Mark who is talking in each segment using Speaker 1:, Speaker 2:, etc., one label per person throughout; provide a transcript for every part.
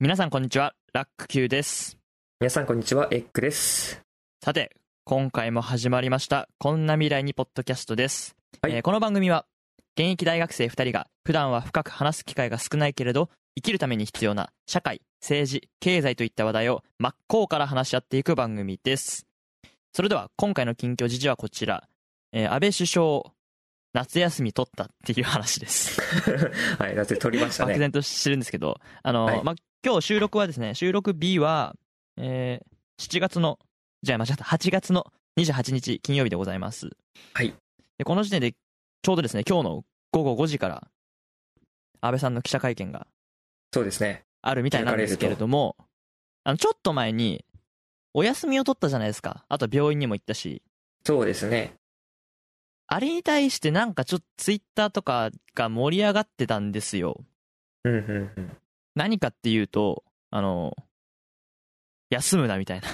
Speaker 1: 皆さんこんにちは、ラック Q です。
Speaker 2: 皆さんこんにちは、エッグです。
Speaker 1: さて、今回も始まりました、こんな未来にポッドキャストです。
Speaker 2: はい
Speaker 1: えーこの番組は、現役大学生2人が普段は深く話す機会が少ないけれど、生きるために必要な社会、政治、経済といった話題を真っ向から話し合っていく番組です。それでは、今回の近況時事はこちら。えー安倍首相、夏休み取ったっていう話です。
Speaker 2: はい、夏撮りました
Speaker 1: 漠
Speaker 2: ね。
Speaker 1: 然としてるんですけど、あの、
Speaker 2: はい
Speaker 1: まあ、今日収録はですね、収録 B は、えー7月の、じゃあ間違った、8月の28日金曜日でございます。
Speaker 2: はい。
Speaker 1: で、この時点で、ちょうどですね、今日の午後5時から、安倍さんの記者会見が
Speaker 2: そうですね。
Speaker 1: あるみたいなんですけれども、あの、ちょっと前に、お休みを取ったじゃないですか。あと病院にも行ったし、
Speaker 2: そうですね。
Speaker 1: あれに対してなんかちょっとツイッターとかが盛り上がってたんですよ。
Speaker 2: うんうんうん。
Speaker 1: 何かっていうと、あの、休むなみたいな。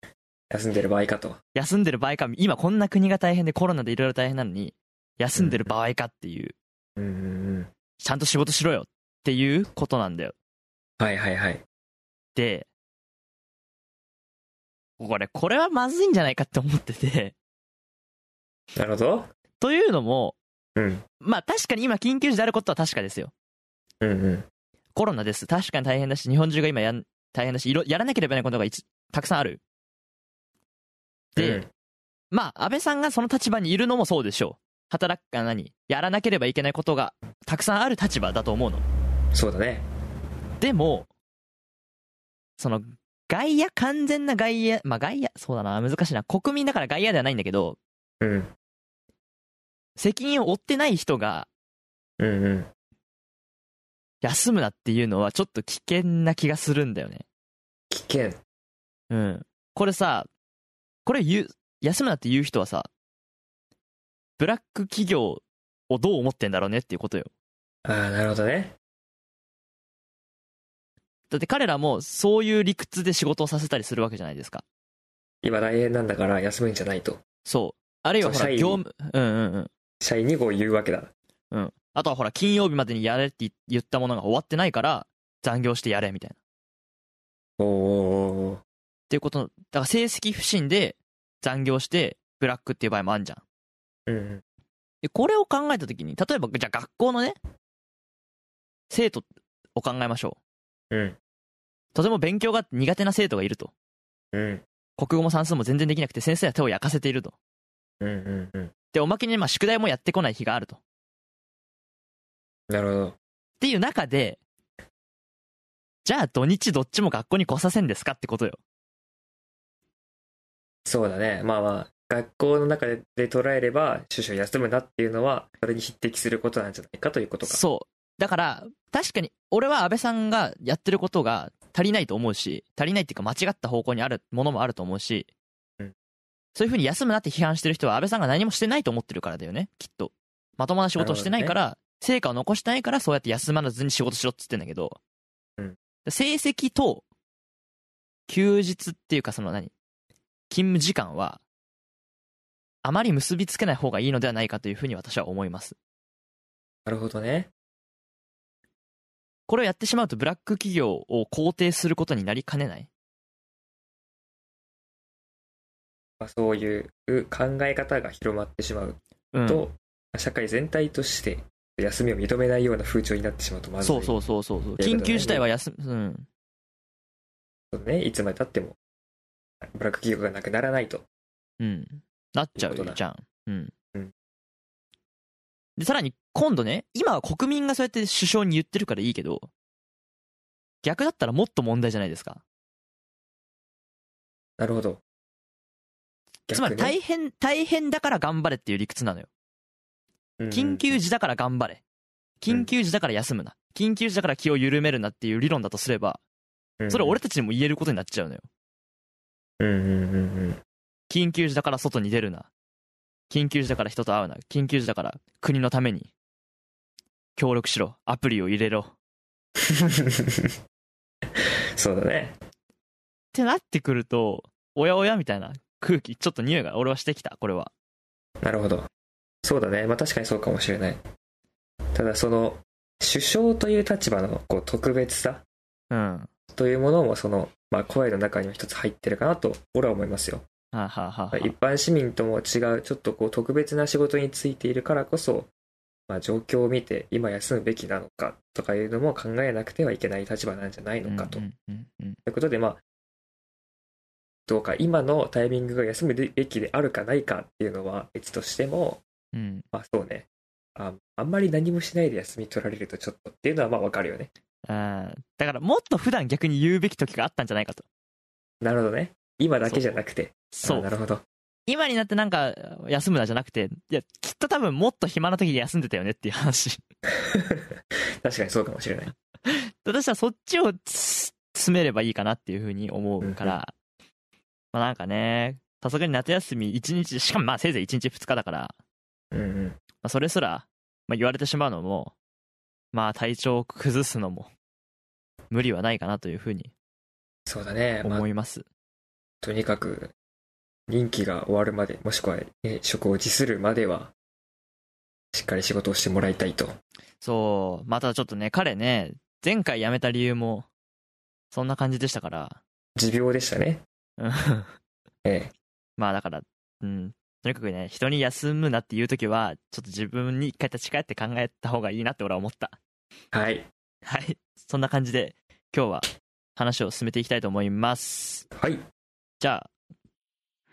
Speaker 2: 休んでる場合かと。
Speaker 1: 休んでる場合か、今こんな国が大変でコロナでいろいろ大変なのに、休んでる場合かっていう、
Speaker 2: うんうんうん。
Speaker 1: ちゃんと仕事しろよっていうことなんだよ。
Speaker 2: はいはいはい。
Speaker 1: で、これ、これはまずいんじゃないかって思ってて、
Speaker 2: なるほど。
Speaker 1: というのも、
Speaker 2: うん。
Speaker 1: まあ確かに今緊急時であることは確かですよ。
Speaker 2: うんうん。
Speaker 1: コロナです。確かに大変だし、日本中が今やん大変だし、いろやらなければいけないことがいつたくさんある。で、
Speaker 2: うん
Speaker 1: まあ、安倍さんがその立場にいるのもそうでしょう。働くか何やらなければいけないことがたくさんある立場だと思うの。
Speaker 2: そうだね。
Speaker 1: でも、その、外野、完全な外野、まあ外野、そうだな、難しいな。国民だから外野ではないんだけど、
Speaker 2: うん。
Speaker 1: 責任を負ってない人が
Speaker 2: うんうん。
Speaker 1: 休むなっていうのはちょっと危険な気がするんだよね。
Speaker 2: 危険。
Speaker 1: うん。これさ、これ言う、休むなって言う人はさ、ブラック企業をどう思ってんだろうねっていうことよ。
Speaker 2: ああ、なるほどね。
Speaker 1: だって彼らもそういう理屈で仕事をさせたりするわけじゃないですか。
Speaker 2: 今大変なんだから休むんじゃないと。
Speaker 1: そう。あるいはほ
Speaker 2: そ
Speaker 1: ら、
Speaker 2: う社員
Speaker 1: 業務、うんうんうん。
Speaker 2: 社員にこう言うわけだ。
Speaker 1: あとはほら、金曜日までにやれって言ったものが終わってないから、残業してやれみたいな。っ
Speaker 2: おーおーおー
Speaker 1: ていうことの、だから成績不振で残業してブラックっていう場合もあるじゃん。
Speaker 2: うんうん。
Speaker 1: で、これを考えたときに、例えば、じゃあ学校のね、生徒を考えましょ
Speaker 2: うん。
Speaker 1: う。とても勉強が苦手な生徒がいると。
Speaker 2: うん。
Speaker 1: 国語も算数も全然できなくて先生は手を焼かせていると。
Speaker 2: うんうんうん。
Speaker 1: で、おまけにまあ宿題もやってこない日があると。
Speaker 2: なるほど。
Speaker 1: っていう中で、じゃあ土日どっちも学校に来させんですかってことよ。
Speaker 2: そうだね。まあまあ、学校の中で捉えれば、少々休むなっていうのは、それに匹敵することなんじゃないかということか。
Speaker 1: そう。だから、確かに、俺は安倍さんがやってることが足りないと思うし、足りないっていうか間違った方向にあるものもあると思うし、
Speaker 2: うん
Speaker 1: そういうふうに休むなって批判してる人は安倍さんが何もしてないと思ってるからだよね、きっと。まともな仕事をしてないから、成果を残してないから、そうやって休まずに仕事しろっつってんだけど、
Speaker 2: うん
Speaker 1: 成績と、休日っていうかその何勤務時間は、あまり結びつけない方がいいのではないかというふうに私は思います。
Speaker 2: なるほどね。
Speaker 1: これをやってしまうとブラック企業を肯定することになりかねない
Speaker 2: まあ、そういう考え方が広まってしまう
Speaker 1: うん
Speaker 2: と、社会全体として休みを認めないような風潮になってしまうとまずい
Speaker 1: そうそうそうそうそう
Speaker 2: ということね
Speaker 1: 緊急事態は休むうん
Speaker 2: ね。いつまでたっても、ブラック企業がなくならないと。
Speaker 1: うんなっちゃう
Speaker 2: と
Speaker 1: よ
Speaker 2: いうことだ
Speaker 1: じゃんうん、
Speaker 2: うん
Speaker 1: でさらに今度ね今は国民がそうやって首相に言ってるからいいけど逆だったらもっと問題じゃないですか
Speaker 2: なるほど。
Speaker 1: つまり
Speaker 2: 逆ね
Speaker 1: 大変大変だから頑張れっていう理屈なのよ
Speaker 2: うん
Speaker 1: 緊急時だから頑張れ緊急時だから休むな緊急時だから気を緩めるなっていう理論だとすればそれ俺、たちにも言えることになっちゃうのよ
Speaker 2: うんうんうんうん
Speaker 1: 緊急時だから外に出るな緊急時だから人と会うな緊急時だから国のために協力しろアプリを入れろっ
Speaker 2: うん。そうだね。
Speaker 1: てなってくるとおやおやみたいな空気ちょっと匂いが俺はしてきたこれは
Speaker 2: なるほど。そうだね。まあ確かにそうかもしれない。ただその、首相という立場のこう特別さ
Speaker 1: うん
Speaker 2: というものもその、まあ、声の中には一つ入ってるかなと俺は思いますよ
Speaker 1: はあ、はあはあはあ
Speaker 2: 一般市民とも違うちょっとこう特別な仕事についているからこそ、まあ、状況を見て今休むべきなのかとかいうのも考えなくてはいけない立場なんじゃないのかと。
Speaker 1: うんうんうんうん
Speaker 2: ということでまあどうか今のタイミングが休むべきであるかないかっていうのは別としても
Speaker 1: うん
Speaker 2: まあそうねああんまり何もしないで休み取られるとちょっとっていうのはまあわかるよね
Speaker 1: あーだからもっと普段逆に言うべき時があったんじゃないかと
Speaker 2: なるほどね今だけじゃなくて
Speaker 1: そ
Speaker 2: あな
Speaker 1: う
Speaker 2: るほど
Speaker 1: 今になってなんか休むなじゃなくていやきっと多分もっと暇な時に休んでたよねっていう話
Speaker 2: 確かにそうかもしれない
Speaker 1: 私はそっちをつ詰めればいいかなっていうふうに思うから、
Speaker 2: うん
Speaker 1: まあなんかねさすがに夏休み1日しかもまあせいぜい1日2日だから、ま
Speaker 2: うんうん
Speaker 1: あ、それすら、まあ、言われてしまうのもまあ体調を崩すのも無理はないかなというふうに
Speaker 2: そうだね、まあ
Speaker 1: 思います、
Speaker 2: とにかく任期が終わるまでもしくは、ね、職を辞するまではしっかり仕事をしてもらいたいと
Speaker 1: そう、まあただちょっとね、彼ね、前回辞めた理由も、そんな感じでしたから、
Speaker 2: 持病でしたね
Speaker 1: うん
Speaker 2: ええ
Speaker 1: まあだから、うん、とにかくね、人に休むなっていうときは、ちょっと自分に一回立ち返って考えた方がいいなって俺は思った。
Speaker 2: はい
Speaker 1: はい、そんな感じで、今日は話を進めていきたいと思います。
Speaker 2: はい
Speaker 1: じゃあ、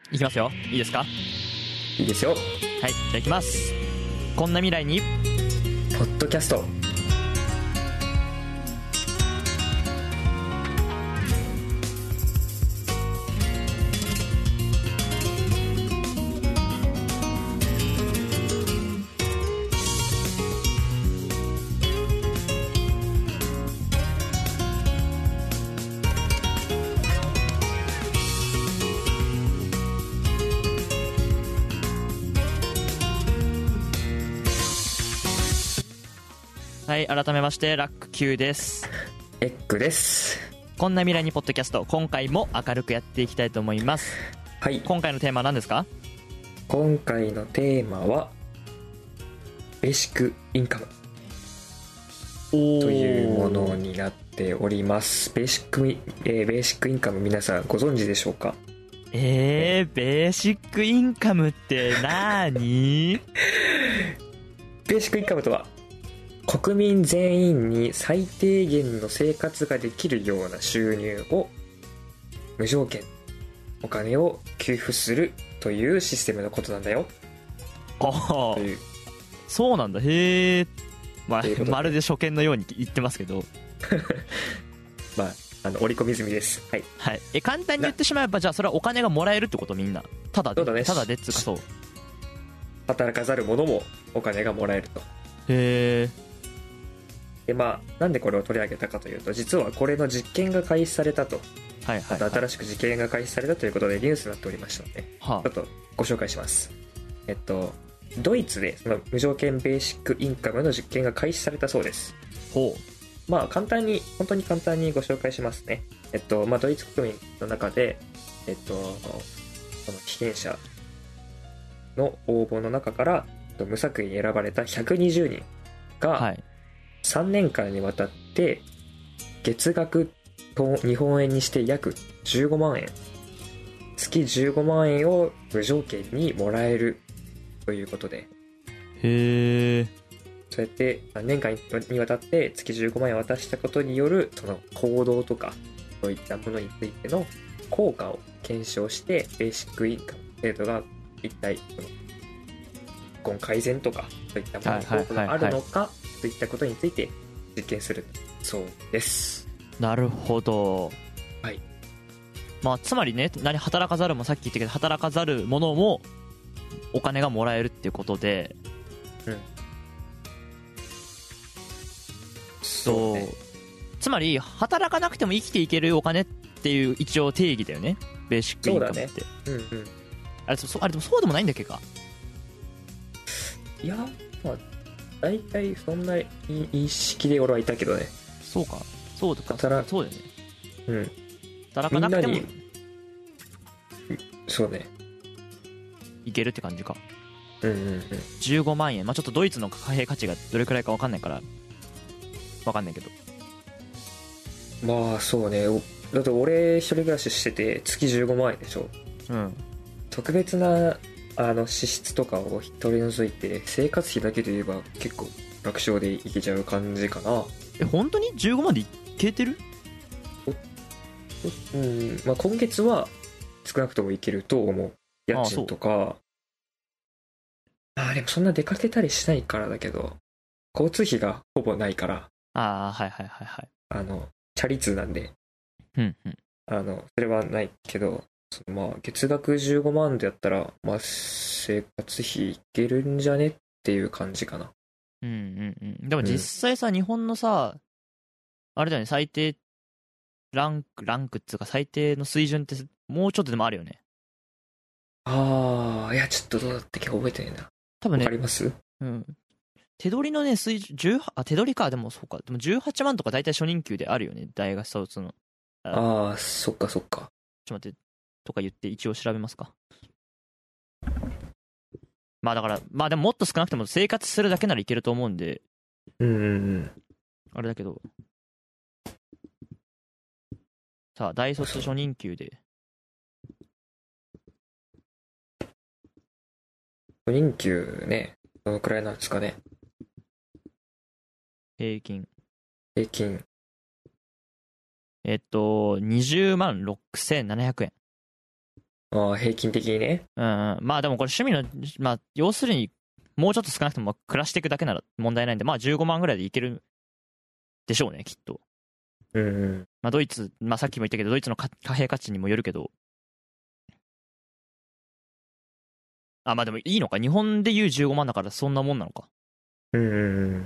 Speaker 1: いきますよ。いいですかはい、
Speaker 2: いいですよ
Speaker 1: じゃあいきます。こんな未来に、
Speaker 2: ポッドキャスト
Speaker 1: はい、改めまして、ラック Q です。
Speaker 2: エッグです
Speaker 1: こんな未来にポッドキャスト、今回も明るくやっていきたいと思います。
Speaker 2: はい
Speaker 1: 今回のテーマは何ですか
Speaker 2: 今回のテーマはベーシックインカム
Speaker 1: と
Speaker 2: というものになっておりますベーシックイン、えーベーシックインカム皆さんご存知でしょうか
Speaker 1: えー、ベーシックインカムってなーに
Speaker 2: ベーシックインカムとは国民全員に最低限の生活ができるような収入を無条件お金を給付するというシステムのことなんだよ
Speaker 1: ああ
Speaker 2: という
Speaker 1: そうなんだへえ、ま
Speaker 2: ということ
Speaker 1: あ、
Speaker 2: で
Speaker 1: まるで初見のように言ってますけど、
Speaker 2: まああの折り込み済みですはい
Speaker 1: はい、え簡単に言ってしまえばじゃあそれはお金がもらえるってことみんなただで
Speaker 2: そうだね
Speaker 1: ただでっつうかそう
Speaker 2: 働かざる者もお金がもらえると
Speaker 1: へえ
Speaker 2: でまあなんでこれを取り上げたかというと実はこれの実験が開始されたと
Speaker 1: はいは
Speaker 2: ま
Speaker 1: いは
Speaker 2: た
Speaker 1: い、
Speaker 2: 新しく実験が開始されたということでニュースになっておりましたので
Speaker 1: は
Speaker 2: ちょっとご紹介します。えっと、ドイツでその無条件ベーシックインカムの実験が開始されたそうです。
Speaker 1: ほ
Speaker 2: まあ簡単に、本当に簡単にご紹介しますね。えっと、まあドイツ国民の中で、えっと、その被験者の応募の中から、えっと無作為に選ばれた120人
Speaker 1: うは
Speaker 2: が
Speaker 1: い
Speaker 2: 3年間にわたって月額と日本円にして約15万円月15万円を無条件にもらえるということで
Speaker 1: へえ
Speaker 2: そうやって3年間にわたって月15万円渡したことによるその行動とかそういったものについての効果を検証してベーシックインカム制度が一体その今改善とかそういったものに効果があるのかといったことについて実験するそうです
Speaker 1: なるほど
Speaker 2: はい
Speaker 1: まあつまりね何働かざるもさっき言ったけど働かざるものもお金がもらえるっていうことでそ
Speaker 2: そ
Speaker 1: うう
Speaker 2: ね
Speaker 1: つまり働かなくても生きていけるお金っていう一応定義だよねベーシックインカムって、
Speaker 2: そううんうん
Speaker 1: あれそそあれでもそうでもないんだっけか
Speaker 2: いやまあ大体そんな意識で俺はいたけどね
Speaker 1: そうかそうとか
Speaker 2: 働
Speaker 1: そうだよね
Speaker 2: うん
Speaker 1: 働かなくても
Speaker 2: みんなそうね
Speaker 1: いけるって感じか
Speaker 2: うんうんうん
Speaker 1: 15万円まあちょっとドイツの貨幣価値がどれくらいか分かんないから分かんないけど
Speaker 2: まあそうねおだって俺一人暮らししてて月15万円でしょ
Speaker 1: うん
Speaker 2: 特別なあの支出とかを取り除いて生活費だけで言えば結構楽勝でいけちゃう感じかな
Speaker 1: え本当に15万でいけてる
Speaker 2: うんまあ今月は少なくともいけると思う家
Speaker 1: ああそう
Speaker 2: 賃とかああでもそんな出かけたりしないからだけど交通費がほぼないから
Speaker 1: ああはいはいはいはい
Speaker 2: あのチャリ通なんで
Speaker 1: うんうん
Speaker 2: あの、それはないけど、そのまあ、月額15万でやったら、まあ、生活費いけるんじゃねっていう感じかな。
Speaker 1: うんうんうんでも実際さ、日本のさあれだよね最低ランクランクっつうか最低の水準ってもうちょっとでもあるよね
Speaker 2: ああ、いや、ちょっとどうだったっけ覚えてないな。
Speaker 1: 多分
Speaker 2: わ
Speaker 1: ね
Speaker 2: かります
Speaker 1: うん手取りのね水準18あ手取りかでもそうかでも18万とか大体初任給であるよね大学卒の
Speaker 2: ああ、そっかそっか。
Speaker 1: ちょっと待って、とか言って一応調べますか。まあだから、まあでももっと少なくても生活するだけならいけると思うんで、
Speaker 2: うんうん
Speaker 1: あれだけど。さあ、大卒初任給で。
Speaker 2: うん。初任給ね、どのくらいなんですかね。
Speaker 1: 平均。
Speaker 2: 平均。
Speaker 1: えっと、20万6700円。
Speaker 2: ああ、平均的にね。
Speaker 1: うん、うん。まあでもこれ趣味の、まあ要するに、もうちょっと少なくとも暮らしていくだけなら問題ないんで、まあ15万ぐらいでいけるでしょうね、きっと。
Speaker 2: うんうん。
Speaker 1: まあ、ドイツ、まあ、さっきも言ったけど、ドイツの貨貨幣価値にもよるけど、あ、まあでもいいのか、日本でいう15万だからそんなもんなのか。
Speaker 2: うんうんうん。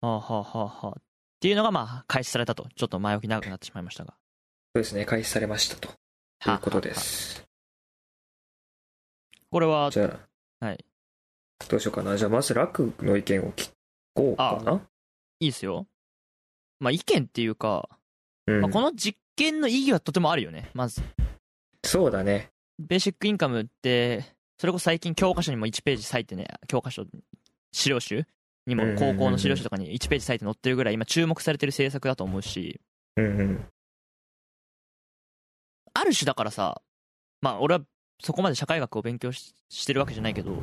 Speaker 1: はあ、はあはあはあ、っていうのが、まあ、開始されたと、ちょっと前置き長くなってしまいましたが。
Speaker 2: そうですね、開始されましたと。ということで
Speaker 1: はあはあは
Speaker 2: す。
Speaker 1: あ。これは、
Speaker 2: じゃあ、
Speaker 1: はい。
Speaker 2: どうしようかな。じゃあ、まず、楽の意見を聞こうかな。
Speaker 1: いいですよ。まあ、意見っていうか、
Speaker 2: うん
Speaker 1: まあ、この実験の意義はとてもあるよね、まず。
Speaker 2: そうだね。
Speaker 1: ベーシックインカムって、それこそ最近教科書にも1ページ割いてね、教科書、資料集にも
Speaker 2: うんうん、うんう
Speaker 1: 高
Speaker 2: ん
Speaker 1: 校の資料集とかに1ページ割いて載ってるぐらい、今注目されてる政策だと思うし、
Speaker 2: うんうん。
Speaker 1: ある種だからさ、まあ俺はそこまで社会学を勉強ししてるわけじゃないけど、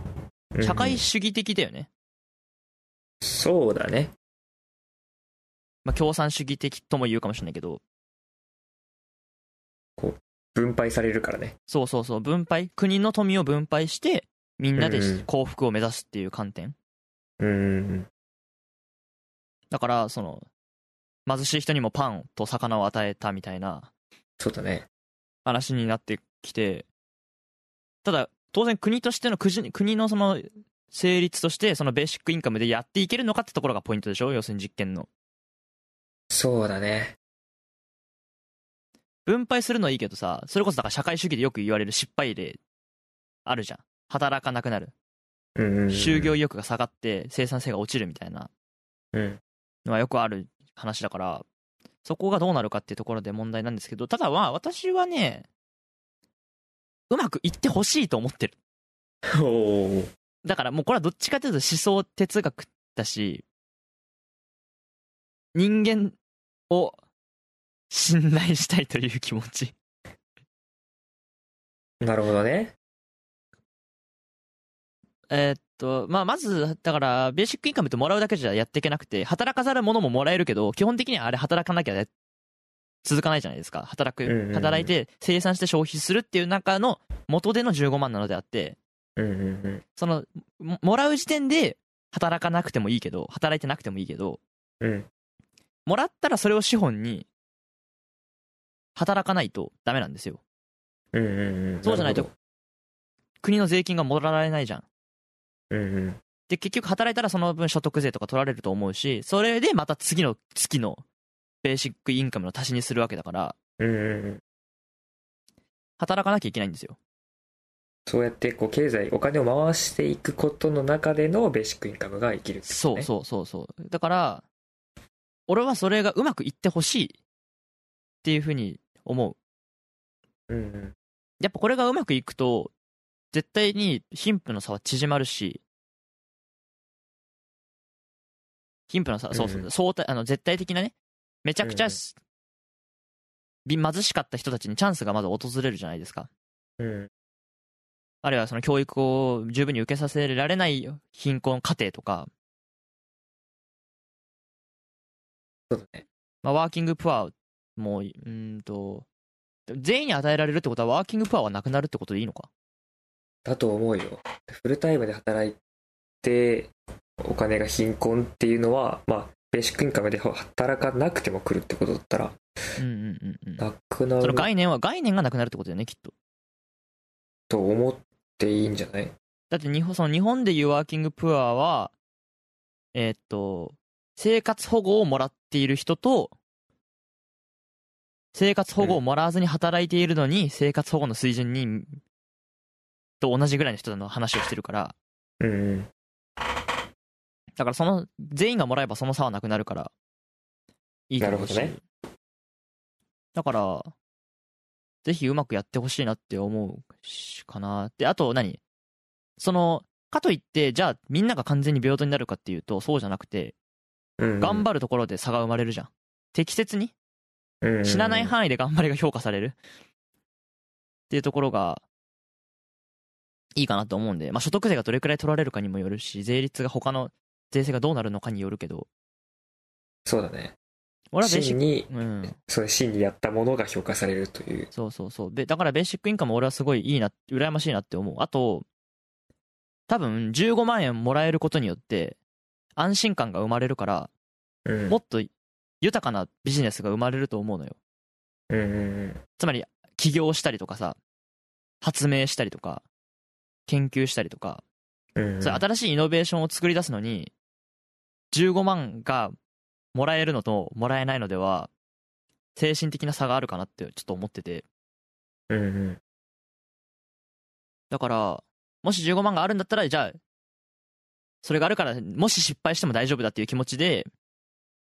Speaker 1: 社会主義的だよね。
Speaker 2: そうだね。
Speaker 1: まあ共産主義的とも言うかもしれないけど、
Speaker 2: 分配されるからね。
Speaker 1: そうそうそう、分配、国の富を分配して、みんなで
Speaker 2: うんうん
Speaker 1: 幸福を目指すっていう観点。
Speaker 2: うん。
Speaker 1: だから、その、貧しい人にもパンと魚を与えたみたいな、
Speaker 2: そうだね。
Speaker 1: 話になってきて、ただ、当然国としての、国国のその、成立として、そのベーシックインカムでやっていけるのかってところがポイントでしょ要するに実験の。
Speaker 2: そうだね。
Speaker 1: 分配するのはいいけどさ、それこそだから社会主義でよく言われる失敗例、あるじゃん。働かなくなる。
Speaker 2: うんうん。
Speaker 1: 就業意欲が下がって生産性が落ちるみたいな
Speaker 2: うん。
Speaker 1: のはよくある話だから、そこがどうなるかっていうところで問題なんですけど、ただまあ私はね、うまくいってほしいと思ってる。
Speaker 2: おお。
Speaker 1: だからもうこれはどっちかというと思想哲学だし、人間を信頼したいという気持ち。
Speaker 2: なるほどね。
Speaker 1: えーっと、まあ、まず、だから、ベーシックインカムってもらうだけじゃやっていけなくて、働かざるものももらえるけど、基本的にはあれ働かなきゃ続かないじゃないですか。働
Speaker 2: うんうんう
Speaker 1: く、
Speaker 2: ん
Speaker 1: 働いて生産して消費するっていう中の元での15万なのであって、
Speaker 2: うんうん
Speaker 1: その、ももらう時点で働かなくてもいいけど、働いてなくてもいいけど、
Speaker 2: うん。うん。
Speaker 1: もらったらそれを資本に働かないとダメなんですよ
Speaker 2: うんうんうん。
Speaker 1: そうじゃないと
Speaker 2: るほ
Speaker 1: 国の税金がもらえないじゃん
Speaker 2: ど。うんうん。
Speaker 1: で結局働いたらその分所得税とか取られると思うしそれでまた次の月のベーシックインカムの足しにするわけだから
Speaker 2: うんうんうん。
Speaker 1: 働かなきゃいけないんですよ
Speaker 2: そうやって、こう、経済、お金を回していくことの中でのベーシックインカムが生きるってこと
Speaker 1: そう
Speaker 2: ね。
Speaker 1: そうそうそうだから俺はそれがうまくいってほしいっていうふうに思う
Speaker 2: う。うんうん。
Speaker 1: やっぱこれがうまくいくと絶対に貧富の差は縮まるし貧富の差そうそう、
Speaker 2: うん
Speaker 1: 相対あの絶対的なねめちゃくちゃ
Speaker 2: うん
Speaker 1: 貧しかった人たちにチャンスがまず訪れるじゃないですか。
Speaker 2: うん。
Speaker 1: あるいはその教育を十分に受けさせられない貧困家庭とか、
Speaker 2: そうだね。
Speaker 1: まあ、ワーキングプアも、うーんと、全員に与えられるってことは、ワーキングプアはなくなるってことでいいのか
Speaker 2: だと思うよ。フルタイムで働いて、お金が貧困っていうのは、まあ、ベーシックインカムで働かなくても来るってことだったら、
Speaker 1: うんうんうんうん。
Speaker 2: なくな
Speaker 1: その
Speaker 2: る
Speaker 1: 概念は、概念がなくなるってことだよね、きっと。
Speaker 2: と思っていいんじゃない
Speaker 1: だって日本、その日本でいうワーキングプアは、えーっと、生活保護をもらっている人と、生活保護をもらわずに働いているのに、生活保護の水準に、と同じぐらいの人の話をしてるから、
Speaker 2: うんうん。
Speaker 1: だからその、全員がもらえばその差はなくなるから、いいと思うし
Speaker 2: なるほど
Speaker 1: だから、ぜひうまくやってほしいなって思うしかな。で、あと何その、かといって、じゃあみんなが完全に平等になるかっていうと、そうじゃなくて、
Speaker 2: うんうん、
Speaker 1: 頑張るところで差が生まれるじゃん。適切に
Speaker 2: る
Speaker 1: 死なない範囲で頑張りが評価される。っていうところが、いいかなと思うんで、まあ所得税がどれくらい取られるかにもよるし、税率が他の税制がどうなるのかによるけど、
Speaker 2: そうだね。
Speaker 1: 俺はベーシ
Speaker 2: 真
Speaker 1: ッ
Speaker 2: に、
Speaker 1: ク、うん、
Speaker 2: その真にやったものが評価されるという。
Speaker 1: そうそうそうべだからベーシックインカム俺はすごいいいな羨ましいなって思うあと多分15万円もらえることによって安心感が生まれるから
Speaker 2: うん
Speaker 1: もっと豊かなビジネスが生まれると思うのよ
Speaker 2: うんうんうん。
Speaker 1: つまり起業したりとかさ発明したりとか研究したりとか
Speaker 2: うんうん
Speaker 1: それ新しいイノベーションを作り出すのに15万がもらえるのともらえないのでは精神的な差があるかなってちょっと思ってて
Speaker 2: うんうん。
Speaker 1: だから、もし15万があるんだったら、じゃあ、それがあるから、もし失敗しても大丈夫だっていう気持ちで、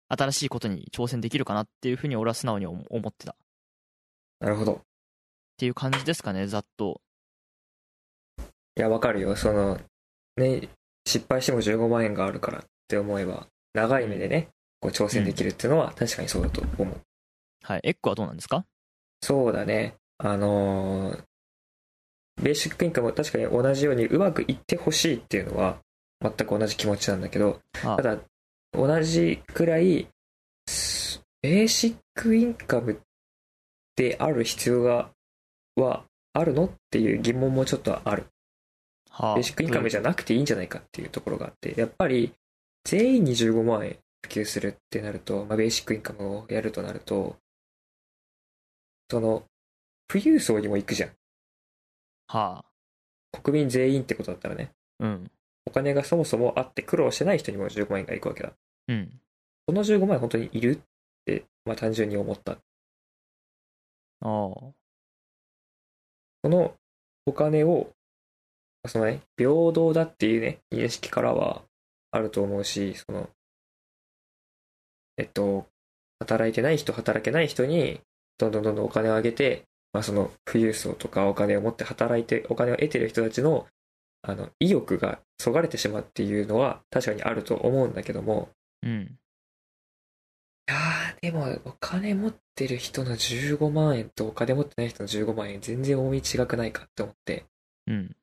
Speaker 1: 新しいことに挑戦できるかなっていうふうに俺は素直に思思ってた。っ
Speaker 2: なるほど。
Speaker 1: ていう感じですかね、ざっと。
Speaker 2: いや、わかるよ。その、ね、失敗しても15万円があるからって思えば、長い目でね、こう挑戦できるっていうのは確かにそうだと思う。
Speaker 1: はい。エッグはどうなんですか
Speaker 2: そうだね。あのーベーシックインカムも確かに同じようにうまくいってほしいっていうのは、全く同じ気持ちなんだけど、
Speaker 1: あ
Speaker 2: ただ、同じくらい、すベーシックインカムである必要が、は、あるのっていう疑問もちょっとある。
Speaker 1: は
Speaker 2: ベーシックインカムじ
Speaker 1: ゃ
Speaker 2: ゃなくていいんじゃないかっていうところがあって、やっぱり全員に15万円普及するってなると、まあ、ベーシックインカムをやるとなると、その、富裕層にも行くじゃん。
Speaker 1: は
Speaker 2: 国民全員ってことだったらね。
Speaker 1: あ。うん。
Speaker 2: お金がそもそもあって苦労してない人にも15万円が行くわけだ。
Speaker 1: うん。
Speaker 2: その15万円本当にいるって、まあ単純に思った。
Speaker 1: ああ。
Speaker 2: そのお金を、そのね、平等だっていうね、認識からはあると思うし、その、えっと、働いてない人、働けない人に、どんどんどんどんお金をあげて、まあその、富裕層とかお金を持って働いて、お金を得てる人たちの、あの、意欲がそがれてしまうっていうのは確かにあると思うんだけども、
Speaker 1: うん。
Speaker 2: いやー、でも、お金持ってる人の15万円とお金持ってない人の15万円、全然重み違くないかって思って、
Speaker 1: うん。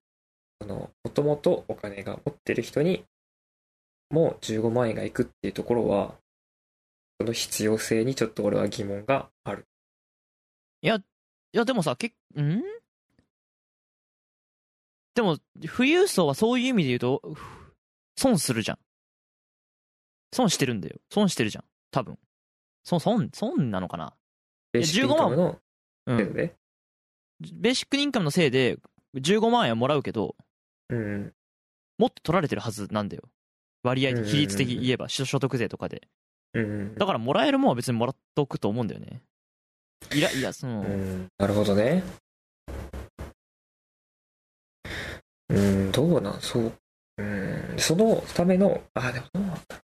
Speaker 2: その、もともとお金が持ってる人にも15万円がいくっていうところは、その必要性にちょっと俺は疑問がある。
Speaker 1: いや、いやでもさ、けんでも、富裕層はそういう意味で言うと、ふ損するじゃん。損してるんだよ。損してるじゃん。多分。損、損、損なのかな
Speaker 2: ベーシックインカムの
Speaker 1: う
Speaker 2: 程度
Speaker 1: ん。
Speaker 2: で。
Speaker 1: ベーシックインカムのせいで、15万円はもらうけど、
Speaker 2: うん。
Speaker 1: もっと取られてるはずなんだよ。割合
Speaker 2: うんうん
Speaker 1: に、
Speaker 2: うん
Speaker 1: 比率的に言えば、所所得税とかで。
Speaker 2: うん。
Speaker 1: だから、もらえるもんは別にもらっとくと思うんだよね。いや、いや、その、
Speaker 2: うん。なるほどね。うん、どうなん、そう。うん、そのための、あ、でもどうなんだろ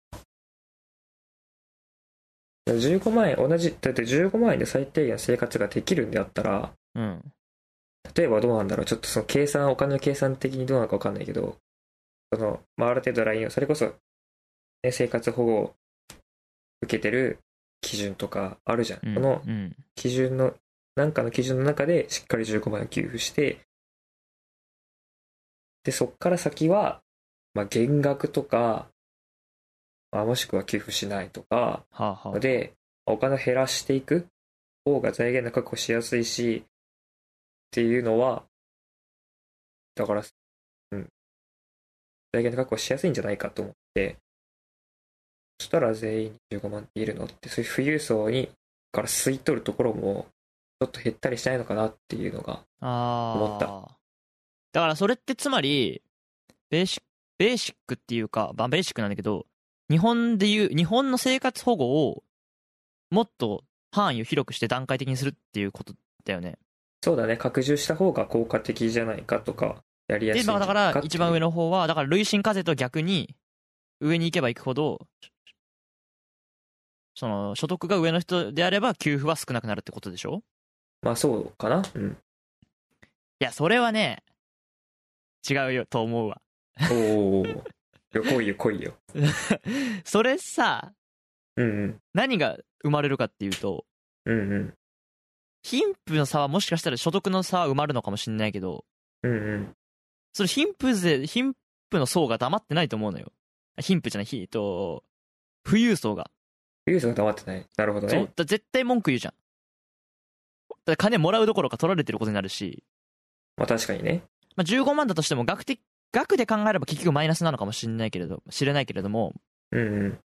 Speaker 2: う。15万円、同じ、だって15万円で最低限生活ができるんであったら、
Speaker 1: うん。
Speaker 2: 例えばどうなんだろう、ちょっとその計算、お金の計算的にどうなのか分かんないけど、その、まあ、ある程度ラインを、それこそ、ね、生活保護を受けてる基準とかあるじゃん。
Speaker 1: うん。
Speaker 2: その
Speaker 1: うん。
Speaker 2: 基準のなんかの基準の中でしっかり15万円を給付して、で、そっから先は、まあ、減額とか、まあ、もしくは給付しないとか、
Speaker 1: はあは
Speaker 2: ので、お金を減らしていく方が財源の確保しやすいし、っていうのは、だから、うん。財源の確保しやすいんじゃないかと思って、そしたら全員15万っているのって、そういう富裕層に、から吸い取るところも、ちょっと減ったりしないのかなっていうのが、
Speaker 1: あ。ああ。
Speaker 2: 思った
Speaker 1: だからそれってつまり、ベーシック、ベーシックっていうか、まあベーシックなんだけど、日本でいう、日本の生活保護を、もっと範囲を広くして段階的にするっていうことだよね。
Speaker 2: そうだね、拡充した方が効果的じゃないかとか、やりやすい
Speaker 1: で、
Speaker 2: んじゃ
Speaker 1: まあ、
Speaker 2: な
Speaker 1: だ
Speaker 2: い
Speaker 1: から
Speaker 2: っていう
Speaker 1: 一番上の方はだから累進課税と逆に上に行けば行くほどその所得が上の人であれば給付は少なくなるってことでしょ
Speaker 2: まあそうかな。 うん。
Speaker 1: いやそれはね違うよと思うわ
Speaker 2: おお。よ、来いよ、来いよ。
Speaker 1: それさ
Speaker 2: うんうん。
Speaker 1: 何が生まれるかっていうと
Speaker 2: うんうん。
Speaker 1: 貧富の差はもしかしたら所得の差は埋まるのかもしれないけど
Speaker 2: うんうん。
Speaker 1: その貧富税貧富の層が黙ってないと思うのよ貧富じゃないひえっと富裕層が
Speaker 2: 富裕層が黙ってない。なるほど
Speaker 1: そう
Speaker 2: ね。
Speaker 1: だ絶対文句言うじゃんだ金もらうどころか取られてることになるし、
Speaker 2: まあ確かにね。
Speaker 1: まあ、15万だとしても額的額で考えれば結局マイナスなのかもしれないけれど知れないけれども
Speaker 2: うんうん。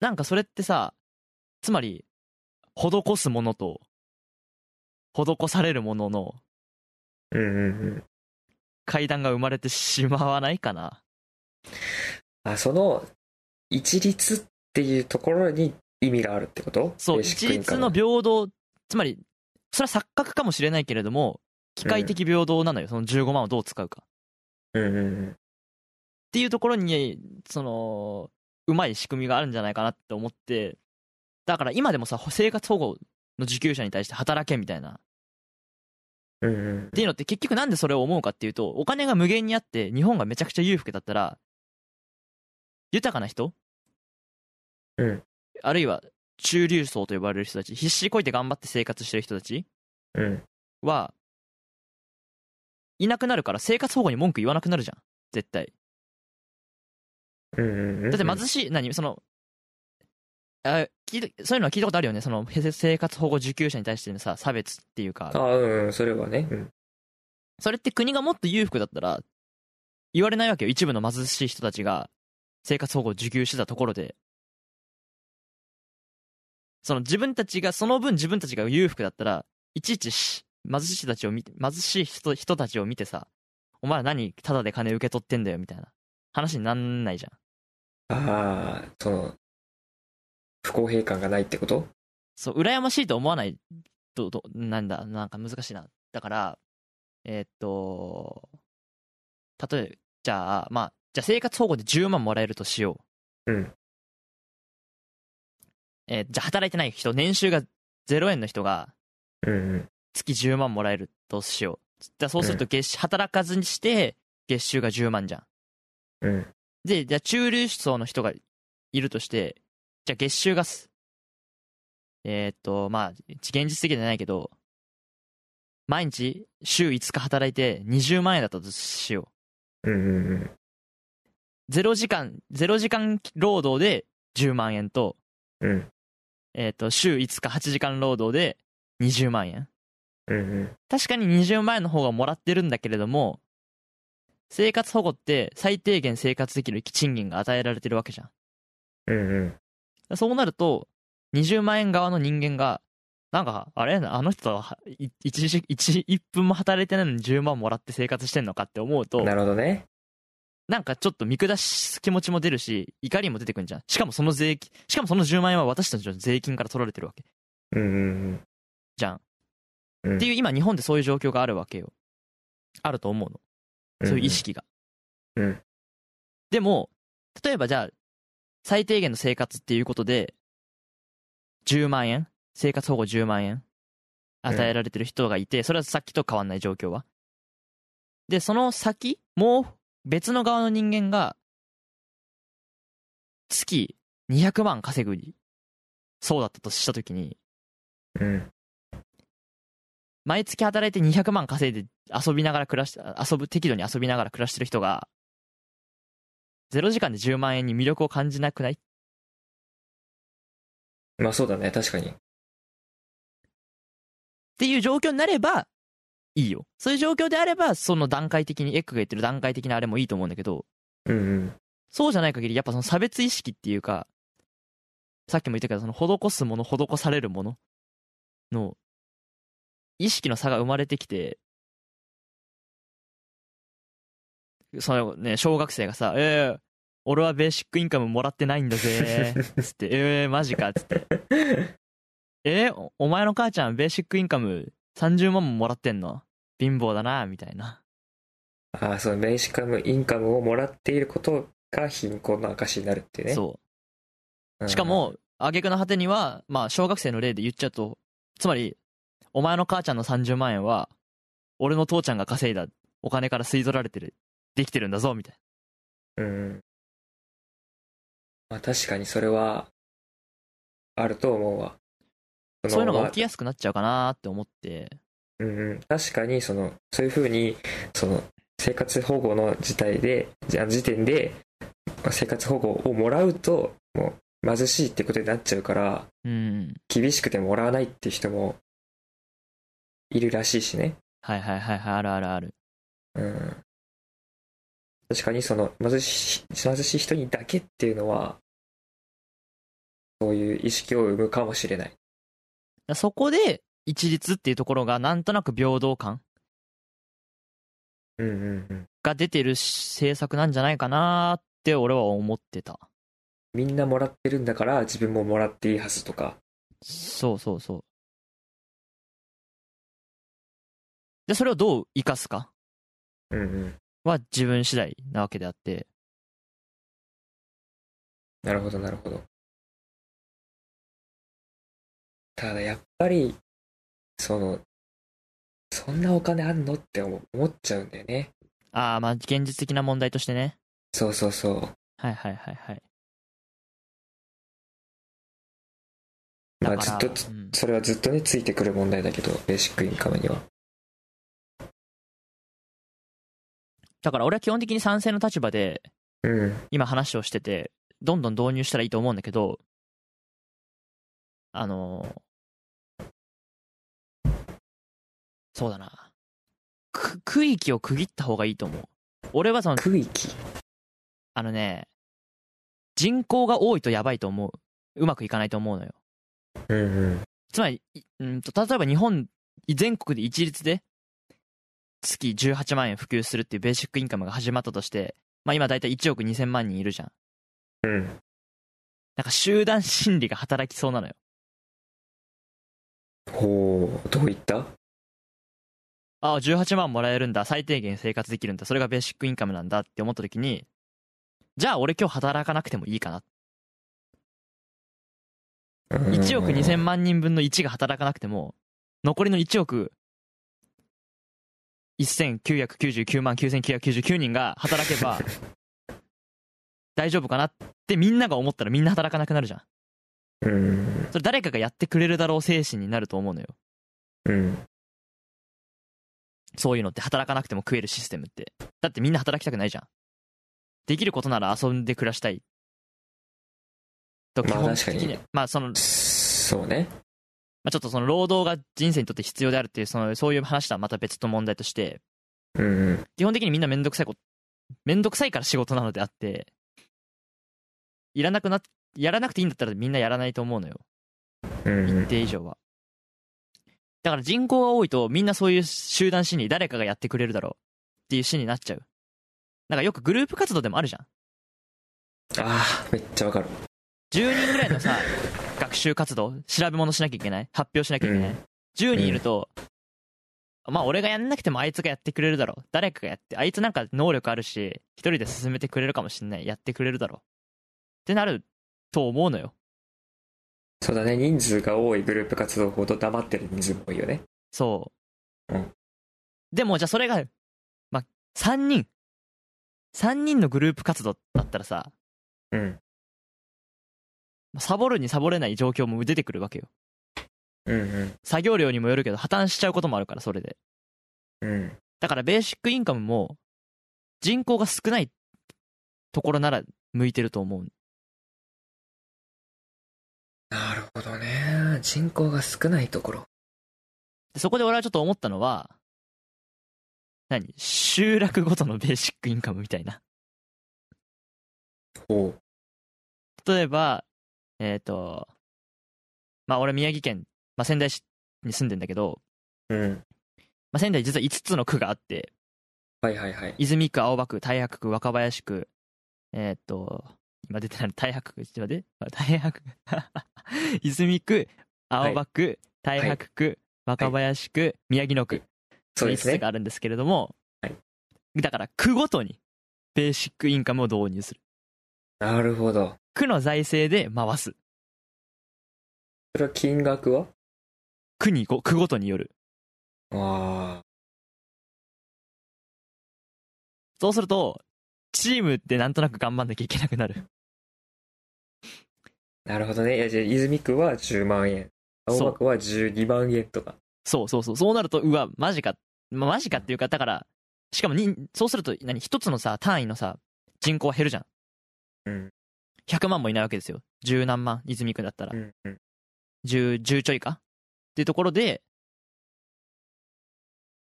Speaker 1: なんかそれってさつまり施すものと施されるものの
Speaker 2: うんうんうん。
Speaker 1: 階段が生まれてしまわないかな
Speaker 2: あ、その、一律っていうところに意味があるってこと
Speaker 1: そう
Speaker 2: ベーシッ
Speaker 1: 一
Speaker 2: クイン
Speaker 1: 律
Speaker 2: カム
Speaker 1: の平等つまりそれは錯覚かもしれないけれども機械的平等なのよ、その15万をどう使うか
Speaker 2: うんうんうん。
Speaker 1: っていうところにそのうまい仕組みがあるんじゃないかなって思ってだから今でもさ生活保護の受給者に対して働けみたいなっ
Speaker 2: うんうん。
Speaker 1: ていうのって結局なんでそれを思うかっていうとお金が無限にあって日本がめちゃくちゃ裕福だったら豊かな人、
Speaker 2: うん
Speaker 1: あるいは中流層と呼ばれる人たち必死こいて頑張って生活してる人たち
Speaker 2: うん。
Speaker 1: はいなくなるから生活保護に文句言わなくなるじゃん絶対
Speaker 2: うんうんうん。
Speaker 1: だって貧しい、何そのあ聞いたそういうのは聞いたことあるよね、そのへ生活保護受給者に対してのさ差別っていうか、
Speaker 2: あうんうん。それはね。うん。
Speaker 1: それって国がもっと裕福だったら、言われないわけよ、一部の貧しい人たちが生活保護を受給してたところで、その自分たちが、その分自分たちが裕福だったら、いちいちし貧しい人たちを見て貧しい人人たちを見てさ、お前ら何、ただで金受け取ってんだよみたいな話になんないじゃん。
Speaker 2: ああ、その、不公平感がないってこと
Speaker 1: そう、羨ましいと思わないと、どなんだ、なんか難しいな。だから、えーっと、例えば、じゃあ、まあ、じゃあ生活保護で10万もらえるとしよう。
Speaker 2: うん。
Speaker 1: えーじゃあ働いてない人、年収が0円の人が
Speaker 2: うんうん。
Speaker 1: 月10万もらえるとしよう。じゃあそうすると月収、働かずにして月収が10万じゃん。
Speaker 2: うん。
Speaker 1: で、じゃあ中流層の人がいるとして、じゃあ月収がす、えーっと、まあ、現実的じゃないけど、毎日週5日働いて20万円だったとしよ
Speaker 2: うんうんうん。
Speaker 1: う。0時間、0時間労働で10万円と、
Speaker 2: うん
Speaker 1: えーっと、週5日8時間労働で20万円。
Speaker 2: うんうん。
Speaker 1: 確かに20万円の方がもらってるんだけれども、生活保護って最低限生活できる賃金が与えられてるわけじゃん。
Speaker 2: うんうん。
Speaker 1: そうなると、20万円側の人間が、なんか、あれあの人は、い一時一一分も働いてないのに10万もらって生活してんのかって思うと、
Speaker 2: なるほどね。
Speaker 1: なんかちょっと見下す気持ちも出るし、怒りも出てくるじゃん。しかもその税金、しかもその10万円は私たちの税金から取られてるわけ。
Speaker 2: うんうん
Speaker 1: じゃん。
Speaker 2: うん
Speaker 1: っていう今日本でそういう状況があるわけよ。あると思うの。
Speaker 2: うん。
Speaker 1: そういう意識が。
Speaker 2: うん
Speaker 1: でも、例えばじゃあ、最低限の生活っていうことで、10万円生活保護10万円与えられてる人がいて、それはさっきと変わんない状況は。で、その先、もう別の側の人間が、月200万稼ぐ、そうだったとしたときに、
Speaker 2: うん。
Speaker 1: 毎月働いて200万稼いで遊びながら暮らして、遊ぶ、適度に遊びながら暮らしてる人が、0時間で10万円に魅力を感じなくない
Speaker 2: まあそうだね、確かに。
Speaker 1: っていう状況になれば、いいよ。そういう状況であれば、その段階的に、エッグが言ってる段階的なあれもいいと思うんだけど、
Speaker 2: うんうん。
Speaker 1: そうじゃない限り、やっぱその差別意識っていうか、さっきも言ったけど、その施すもの、施されるものの、意識の差が生まれてきて、そのね、小学生がさ、ええ俺はベーシックインカムもらってないんだぜ、つって、ええマジか、つって。ええおお前の母ちゃん、ベーシックインカム30万ももらってんの貧乏だな、みたいな。
Speaker 2: ああ、そのベーシックインカムインカムをもらっていることが貧困の証になるっていうね。
Speaker 1: そう。
Speaker 2: うん
Speaker 1: しか、も、挙句の果てには、まあ、小学生の例で言っちゃうと、つまり、お前の母ちゃんの30万円は、俺の父ちゃんが稼いだお金から吸い取られてる、できてるんだぞ、みたい
Speaker 2: うん。まあ確かにそれは、あると思うわ。
Speaker 1: な。
Speaker 2: の
Speaker 1: そういうのが
Speaker 2: まあ
Speaker 1: 起きやすくなっちゃうかなって思って、
Speaker 2: うんうん、確かにそのそういうふうにその生活保護の事態でじゃ時点でまあ生活保護をもらうともう貧しいってことになっちゃうから
Speaker 1: うん。
Speaker 2: 厳しくてもらわないって人もいるらしいしね、
Speaker 1: はいはいはいはい、あるあるある。
Speaker 2: うん、確かにその貧しい貧しい人にだけっていうのはそういう意識を生むかもしれない
Speaker 1: だそこで、一律っていうところが、なんとなく平等感
Speaker 2: うんうんうん
Speaker 1: が出てる政策なんじゃないかなって、俺は思ってた。
Speaker 2: みんなもらってるんだから自分ももらっていいはずとか
Speaker 1: そうそうそう。で、それをどう生かすか
Speaker 2: うんうん
Speaker 1: は自分次第なわけであって、
Speaker 2: なるほど、なるほど。ただやっぱり、その、そんなお金あんのって思思っちゃうんだよね。
Speaker 1: ああ、まあ現実的な問題としてね。
Speaker 2: そうそうそう。
Speaker 1: はいはいはいはい。
Speaker 2: まあ
Speaker 1: だ
Speaker 2: ずっ
Speaker 1: から
Speaker 2: と、つ
Speaker 1: うん
Speaker 2: それはずっとね、ついてくる問題だけど、ベーシックインカムには。
Speaker 1: だから俺は基本的に賛成の立場で、
Speaker 2: うん。
Speaker 1: 今話をしてて、どんどん導入したらいいと思うんだけど、あのーそうだな。く、区域を区切った方がいいと思う。俺はその、
Speaker 2: 区域。
Speaker 1: あのね、人口が多いとやばいと思う。うまくいかないと思うのよ。
Speaker 2: うんうん。
Speaker 1: つまり、いうんと、例えば日本全国で一律で月18万円普及するっていうベーシックインカムが始まったとして、まあ今だいたい1億2000万人いるじゃん。
Speaker 2: うん。
Speaker 1: なんか集団心理が働きそうなのよ。
Speaker 2: ほう、どういった
Speaker 1: ああ、18万もらえるんだ。最低限生活できるんだ。それがベーシックインカムなんだって思った時に、じゃあ俺今日働かなくてもいいかな。1億2000
Speaker 2: 万。
Speaker 1: 万人分の1が働かなくても、残りの1億1999万9999人が働けば、大丈夫かなってみんなが思ったらみんな働かなくなるじゃん。
Speaker 2: うん。
Speaker 1: それ誰かがやってくれるだろう精神になると思うのよ。
Speaker 2: うん。
Speaker 1: そういうのって働かなくても食えるシステムって。だってみんな働きたくないじゃん。できることなら遊んで暮らしたい。と基
Speaker 2: まあ
Speaker 1: 本
Speaker 2: 確か
Speaker 1: 的
Speaker 2: に
Speaker 1: に、まあその、
Speaker 2: そうね。
Speaker 1: まあ、ちょっとその労働が人生にとって必要であるっていうそのそういう話とはまた別の問題として
Speaker 2: うんうん。
Speaker 1: 基本的にみんなめんどくさいことめんどくさいから仕事なのであっていらなくなやらなくていいんだったらみんなやらないと思うのよ
Speaker 2: うんう
Speaker 1: 一
Speaker 2: ん。
Speaker 1: 定以上はだから人口が多いとみんなそういう集団心理誰かがやってくれるだろうっていう心理になっちゃうなんかよくグループ活動でもあるじゃん
Speaker 2: ああ、めっちゃわかる。
Speaker 1: 10人ぐらいのさ学習活動調べ物しなきゃいけない発表しなきゃいけない、
Speaker 2: うん
Speaker 1: 10人いると、まあ俺がやんなくてもあいつがやってくれるだろう誰かがやってあいつなんか能力あるし一人で進めてくれるかもしんないやってくれるだろうってなると思うのよ
Speaker 2: そうだね。人数が多いグループ活動ほど黙ってる人数も多いよね。
Speaker 1: そう、
Speaker 2: うん
Speaker 1: でもじゃあそれがまあ3人3人のグループ活動だったらさ
Speaker 2: うん。
Speaker 1: サボるにサボれない状況も出てくるわけよ
Speaker 2: うん
Speaker 1: 作業量にもよるけど破綻しちゃうこともあるからそれで
Speaker 2: うんうん
Speaker 1: だからベーシックインカムも人口が少ないところなら向いてると思う
Speaker 2: なるほどね人口が少ないところ
Speaker 1: でそこで俺はちょっと思ったのは何集落ごとのベーシックインカムみたいな
Speaker 2: ほう
Speaker 1: 例えばえっ、とまあ俺宮城県、まあ、仙台市に住んでんだけど、
Speaker 2: うん
Speaker 1: まあ、仙台実は5つの区があって
Speaker 2: はいはいはい
Speaker 1: 泉区青葉区大白区若林区えっ、と今出てない大白区ちょっと待って大白区 泉区青葉区、大白区、若林区、宮城野区
Speaker 2: そうです
Speaker 1: 5つ
Speaker 2: ね
Speaker 1: があるんですけれども、
Speaker 2: はい
Speaker 1: だから区ごとにベーシックインカムを導入する
Speaker 2: なるほど
Speaker 1: 区の財政で回す
Speaker 2: それは金額は
Speaker 1: 区にご区ごとによる
Speaker 2: ああ
Speaker 1: そうするとチームでなんとなく頑張んなきゃいけなくなる
Speaker 2: なるほどねいやじゃあ泉区は10万円
Speaker 1: そう
Speaker 2: 青葉区は12万円とか
Speaker 1: そうそうそうそうなるとうわマジか、まあマジかっていうかだからしかもにそうすると何一つのさ単位のさ人口は減るじゃん
Speaker 2: うん
Speaker 1: 100万もいないわけですよ十何万泉区だったら
Speaker 2: うんうん
Speaker 1: 10, 10ちょいかっていうところで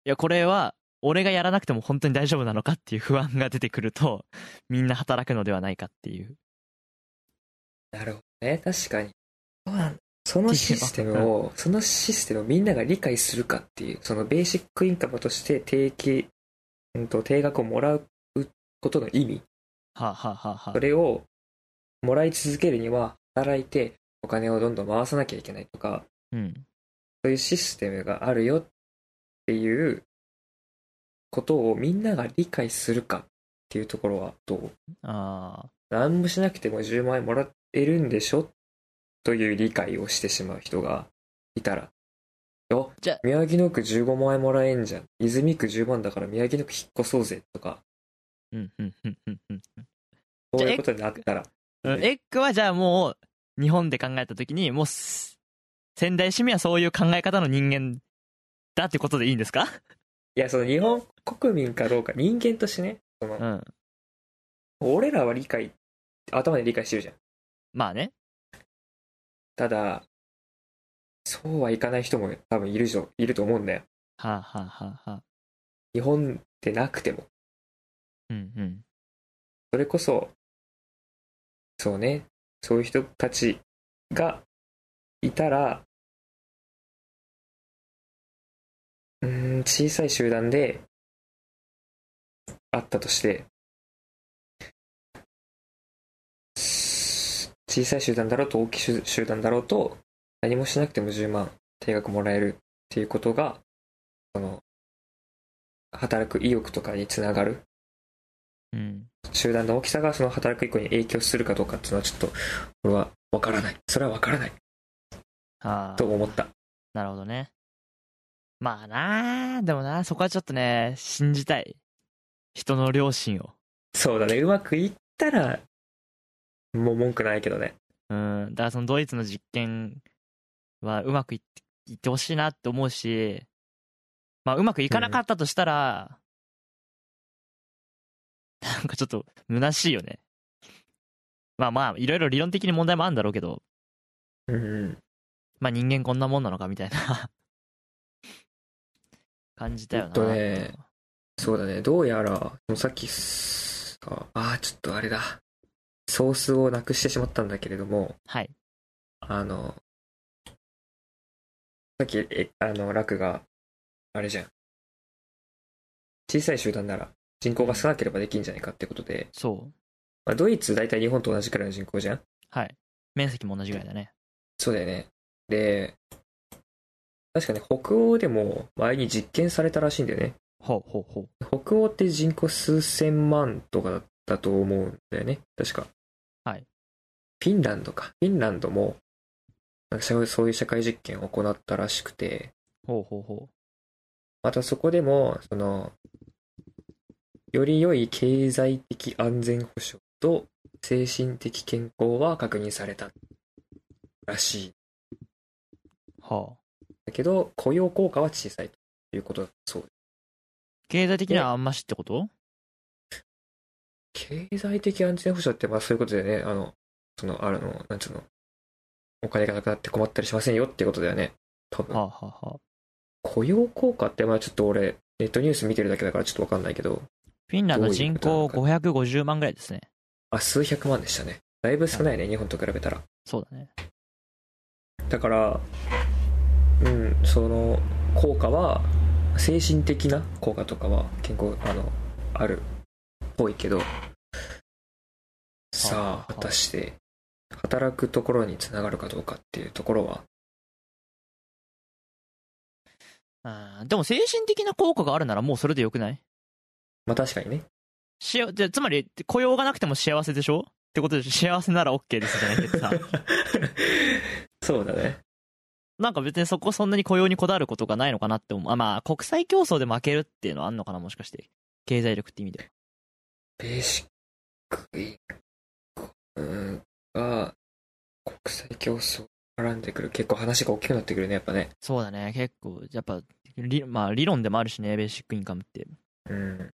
Speaker 1: いやこれは俺がやらなくても本当に大丈夫なのかっていう不安が出てくるとみんな働くのではないかっていう
Speaker 2: なるほどね確かにそうなんだそのシステムをそのシステムをみんなが理解するかっていうそのベーシックインカムとして定期、うん、と定額をもらうことの意味
Speaker 1: はあ、はあはあは
Speaker 2: それをもらい続けるには働いてお金をどんどん回さなきゃいけないと
Speaker 1: あ、
Speaker 2: か
Speaker 1: うん
Speaker 2: そういうシステムがあるよっていうことをみんなが理解するかっていうところはどう
Speaker 1: ああ
Speaker 2: 何もしなくても10万円もらってるんでしょという理解をしてしまう人がいたらよ
Speaker 1: じゃ
Speaker 2: 宮城野区15万円もらえんじゃん泉区10万だから宮城野区引っ越そうぜとか
Speaker 1: うんうんうんうんうん
Speaker 2: そういうことになったら
Speaker 1: うんエッグはじゃあもう日本で考えた時にもうす仙台市民はそういう考え方の人間だってことでいいんですか
Speaker 2: いやその日本国民かどうか人間としてねその
Speaker 1: うん
Speaker 2: 俺らは理解頭で理解してるじゃん
Speaker 1: まあね
Speaker 2: ただそうはいかない人も多分いるじょいると思うんだよ
Speaker 1: はあはあはあはあ
Speaker 2: 日本でなくても
Speaker 1: うんうん
Speaker 2: それこそそうねそういう人たちがいたらうーん小さい集団であったとしてす小さい集団だろうと大きい集集団だろうと何もしなくても10万定額もらえるっていうことがその働く意欲とかにつながる
Speaker 1: うん
Speaker 2: 集団の大きさがその働く意向に影響するかどうかっていうのはちょっと俺は分からないそれは分からない
Speaker 1: はあ
Speaker 2: と思った
Speaker 1: なるほどね。まあなあ、でもな、そこはちょっとね、信じたい。人の良心を。
Speaker 2: そうだねうまくいったらもう文句ないけどね
Speaker 1: うん。だからそのドイツの実験はうまくいっていってほしいなって思うし、まあうまくいかなかったとしたら、なんかちょっと虚しいよね。まあまあ、いろいろ理論的に問題もあるんだろうけど、
Speaker 2: うんうん
Speaker 1: まあ人間こんなもんなのかみたい な感じたよな。
Speaker 2: えっとねそうだねどうやらそのさっきすああーちょっとあれだソースをなくしてしまったんだけれども
Speaker 1: はい。
Speaker 2: あのさっきえあのラクがあれじゃん小さい集団なら人口が少なければできんじゃないかってことで、
Speaker 1: そう。
Speaker 2: まあ、ドイツ大体日本と同じくらいの人口じゃん
Speaker 1: はい。面積も同じぐらいだね。
Speaker 2: そうだよね。で、確かね、北欧でも前に実験されたらしいんだよね。
Speaker 1: ほうほうほう。
Speaker 2: 北欧って人口数千万とかだったと思うんだよね。確か。
Speaker 1: はい。
Speaker 2: フィンランドか。フィンランドも、なんかそうそういう社会実験を行ったらしくて、
Speaker 1: ほうほうほ
Speaker 2: またそこでも、その、より良い経済的安全保障と精神的健康は確認されたらしい。
Speaker 1: う。は
Speaker 2: だけど、雇用効果は小さいということだそうです。
Speaker 1: 経済的にはあんましってこと
Speaker 2: 経済的安全保障って、まあそういうことでね、あの、その、あの、なんつうの、お金がなくなって困ったりしませんよっていうことだよね。多分
Speaker 1: は。あ、はあはあ、
Speaker 2: 雇用効果って、まあちょっと俺、ネットニュース見てるだけだからちょっとわかんないけど、
Speaker 1: フィンランド人口
Speaker 2: ど
Speaker 1: 550万ぐらいですね。
Speaker 2: あ、数百万でしたね。だいぶ少ないね、日本と比べたら。
Speaker 1: そうだね。
Speaker 2: だから、うん、その効果は、精神的な効果とかは、健康、あの、あるっぽいけど、
Speaker 1: はあ
Speaker 2: さあ、果たして、働くところにつながるかどうかっていうところは、
Speaker 1: あーでも精神的な効果があるならもうそれでよくない
Speaker 2: まあ確かにね、
Speaker 1: しあじゃあつまり、雇用がなくても幸せでしょってことでしょ幸せなら OK ですじゃないけど さ。
Speaker 2: そうだね。
Speaker 1: なんか別にそこそんなに雇用にこだわることがないのかなって思う。あまあ、国際競争で負けるっていうのはあんのかなもしかして。経済力って意味で。
Speaker 2: ベーシックインカムが、国際競争絡んでくる。結構話が大きくなってくるね、やっぱね。
Speaker 1: そうだね。結構、やっぱ、理まあ理論でもあるしね、ベーシックインカムって。
Speaker 2: うん。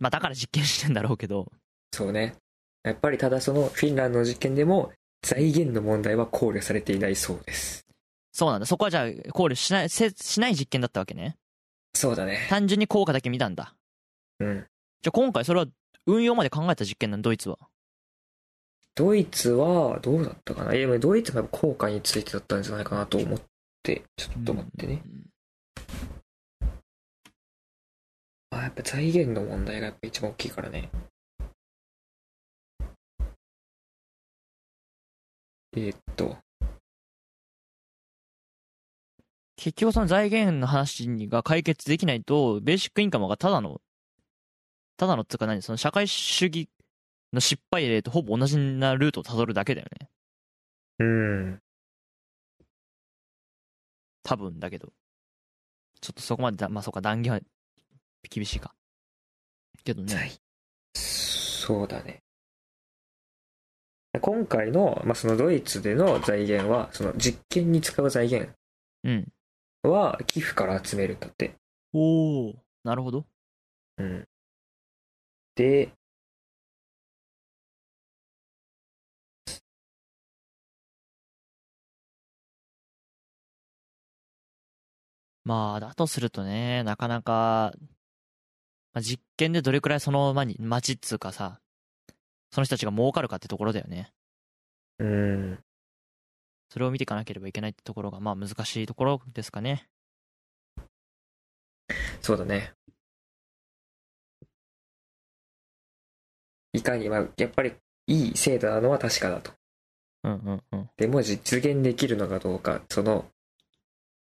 Speaker 1: まあだから実験してんだろうけど。
Speaker 2: そうね。やっぱりただそのフィンランドの実験でも財源の問題は考慮されていないそうです。
Speaker 1: そうなんだ。そこはじゃあ考慮しない、せしない実験だったわけね。
Speaker 2: そうだね。
Speaker 1: 単純に効果だけ見たんだ。
Speaker 2: うん。
Speaker 1: じゃあ今回それは運用まで考えた実験なの、ドイツは。
Speaker 2: ドイツはどうだったかなえ、でもドイツもやっぱ効果についてだったんじゃないかなと思って、ちょっと待ってね。
Speaker 1: うん。
Speaker 2: あ、やっぱ財源の問題がやっぱ一番大きいからね。えーっと、
Speaker 1: 結局その財源の話が解決できないと、ベーシックインカムがただの、ただのっていうか何、その社会主義の失敗例とほぼ同じなルートをたどるだけだよね。
Speaker 2: うん。
Speaker 1: 多分だけど。ちょっとそこまでだ、まあそうか、断言は厳しいか。けどね。
Speaker 2: 財そうだね。今回の、まあ、そのドイツでの財源は、その実験に使う財源
Speaker 1: うん。
Speaker 2: は寄付から集めるんだって。
Speaker 1: おおなるほど。
Speaker 2: うん。で、
Speaker 1: まあ、だとするとね、なかなか、まあ、実験でどれくらいそのまに町っつうかさ、その人たちが儲かるかってところだよね。
Speaker 2: うん。
Speaker 1: それを見ていかなければいけないってところが、まあ難しいところですかね。
Speaker 2: そうだね。いかに、まあ、やっぱりいい制度なのは確かだと。
Speaker 1: うんうんうん。
Speaker 2: でも実現できるのかどうか、その、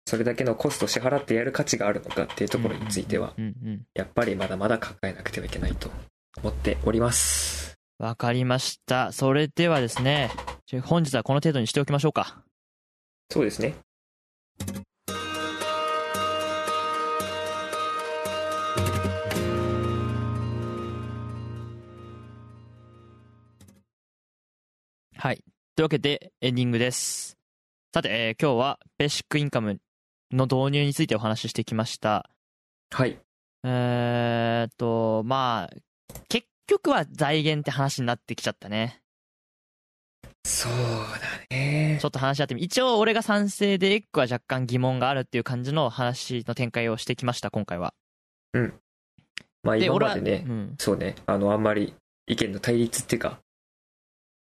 Speaker 2: それだけのコストを支払ってやる価値があるのかっていうところについては、
Speaker 1: うんうん。
Speaker 2: やっぱりまだまだ考えなくてはいけないと思っております。
Speaker 1: わかりました。それではですね、じゃあ本日はこの程度にしておきましょうか。
Speaker 2: そうですね。
Speaker 1: はい。というわけで、エンディングです。さて、えー今日はベーシックインカムの導入についてお話ししてきました。
Speaker 2: はい。
Speaker 1: えーっと、まあ、結局は財源って話になってきちゃったね。
Speaker 2: そうだね
Speaker 1: ち。ょっと話し合ってみ、一応俺が賛成で、エッグは若干疑問があるっていう感じの話の展開をしてきました、今回は。
Speaker 2: まあ
Speaker 1: で、
Speaker 2: 今
Speaker 1: 俺
Speaker 2: ま
Speaker 1: は、
Speaker 2: でね
Speaker 1: う、ん。
Speaker 2: そうね、あの、あんまり意見の対立っていうか、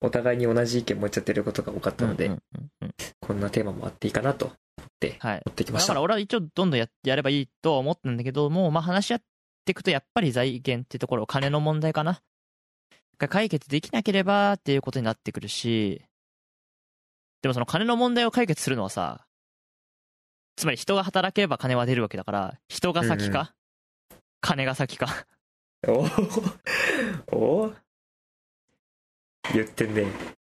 Speaker 2: お互いに同じ意見持っちゃってることが多かったので、
Speaker 1: うんうんうんうん
Speaker 2: こんなテーマもあっていいかなと
Speaker 1: はい。
Speaker 2: 持ってきま
Speaker 1: だ
Speaker 2: し
Speaker 1: から
Speaker 2: た。
Speaker 1: 俺は一応どんどんややればいいとは思ったんだけども、まあ話し合っていくとやっぱり財源ってところ、金の問題かな。が解決できなければっていうことになってくるし、でもその金の問題を解決するのはさ、つまり人が働けば金は出るわけだから、人が先か、
Speaker 2: うん
Speaker 1: 金が先か。
Speaker 2: おおお言ってんね。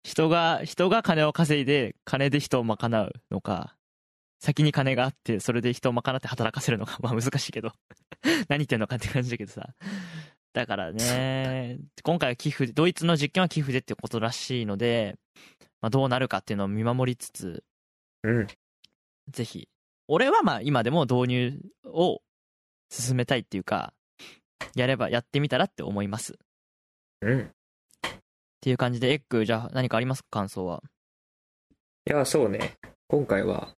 Speaker 1: 人が、人が金を稼いで、金で人を賄うのか、先に金があって、それで人を賄って働かせるのか、 まあ難しいけど、何言ってんのかって感じだけどさ。だからね、今回は寄付で、ドイツの実験は寄付でってことらしいので、まあどうなるかっていうのを見守りつつ、
Speaker 2: うん。
Speaker 1: ぜひ。俺はまあ今でも導入を進めたいっていうか、やればやってみたらって思います。っ
Speaker 2: うん。
Speaker 1: ていう感じで、エッグ、じゃあ何かありますか感想は。
Speaker 2: いや、そうね。今回は、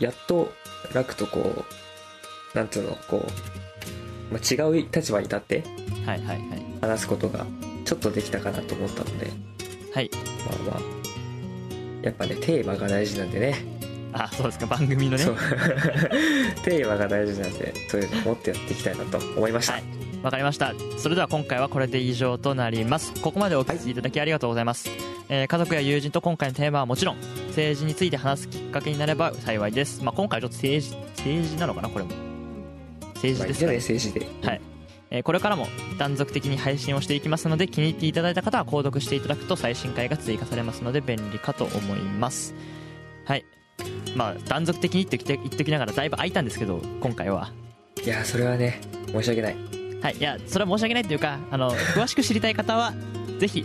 Speaker 2: やっと、楽とこう、なんつうの、こう、まあ、違う立場に立って
Speaker 1: はいはいはい。
Speaker 2: 話すことが、ちょっとできたかなと思ったので、
Speaker 1: はい。
Speaker 2: まあまあ、やっぱね、テーマが大事なんでね。
Speaker 1: あ、そうですか、番組のね
Speaker 2: そ。う。 テーマが大事なんで、そういうのを持ってやっていきたいなと思いました。
Speaker 1: はいわかりました。それでは今回はこれで以上となります。ここまでお聞きいただきありがとうございます。えー家族や友人と今回のテーマはもちろん、政治について話すきっかけになれば幸いです。まあ、今回ちょっと政治、政治なのかなこれも。
Speaker 2: ま
Speaker 1: 政治
Speaker 2: あ、いい
Speaker 1: で
Speaker 2: じ
Speaker 1: す
Speaker 2: ゃ
Speaker 1: か
Speaker 2: な
Speaker 1: ね。
Speaker 2: い、政治で。
Speaker 1: はい。えーこれからも断続的に配信をしていきますので気に入っていただいた方は購読していただくと最新回が追加されますので便利かと思いますはいまあ断続的にって言って言っておきながらだいぶ空いたんですけど今回はい
Speaker 2: や、それはね、申し訳ない。
Speaker 1: はいいやそれは申し訳ないというかあの詳しく知りたい方はぜひチ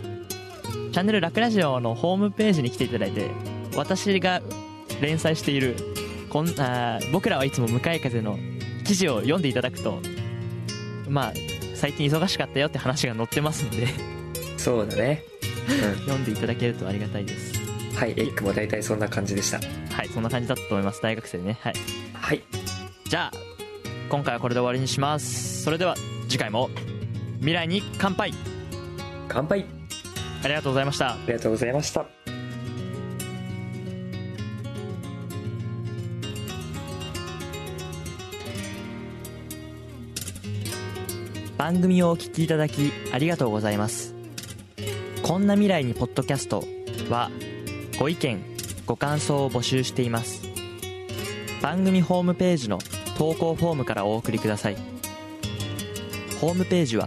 Speaker 1: ャンネルラクラジオのホームページに来ていただいて私が連載しているこんあー僕らはいつも向かい風の記事を読んでいただくとまあ最近忙しかったよって話が載ってますんで
Speaker 2: そうだね。
Speaker 1: 読んでいただけるとありがたいです
Speaker 2: うん。はい、エッグも大体そんな感じでした。
Speaker 1: はいそんな感じだったと思います大学生ねはい
Speaker 2: はい。
Speaker 1: じゃあ今回はこれで終わりにしますそれでは次回も未来に乾杯
Speaker 2: 乾杯
Speaker 1: ありがとうございました
Speaker 2: ありがとうございました。
Speaker 1: 番組をお聞きいただきありがとうございますこんな未来にポッドキャストはご意見ご感想を募集しています番組ホームページの投稿フォームからお送りくださいホームページは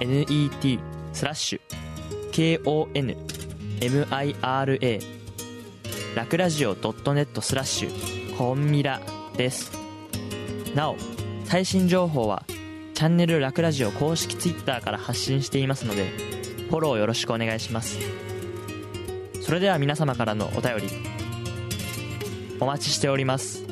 Speaker 1: lacradio.net スラッシュ konmira ラクラジオ .net スラッシュコンミラですなお最新情報はチャンネルラクラジオ公式 Twitter から発信していますのでフォローよろしくお願いしますそれでは皆様からのお便りお待ちしております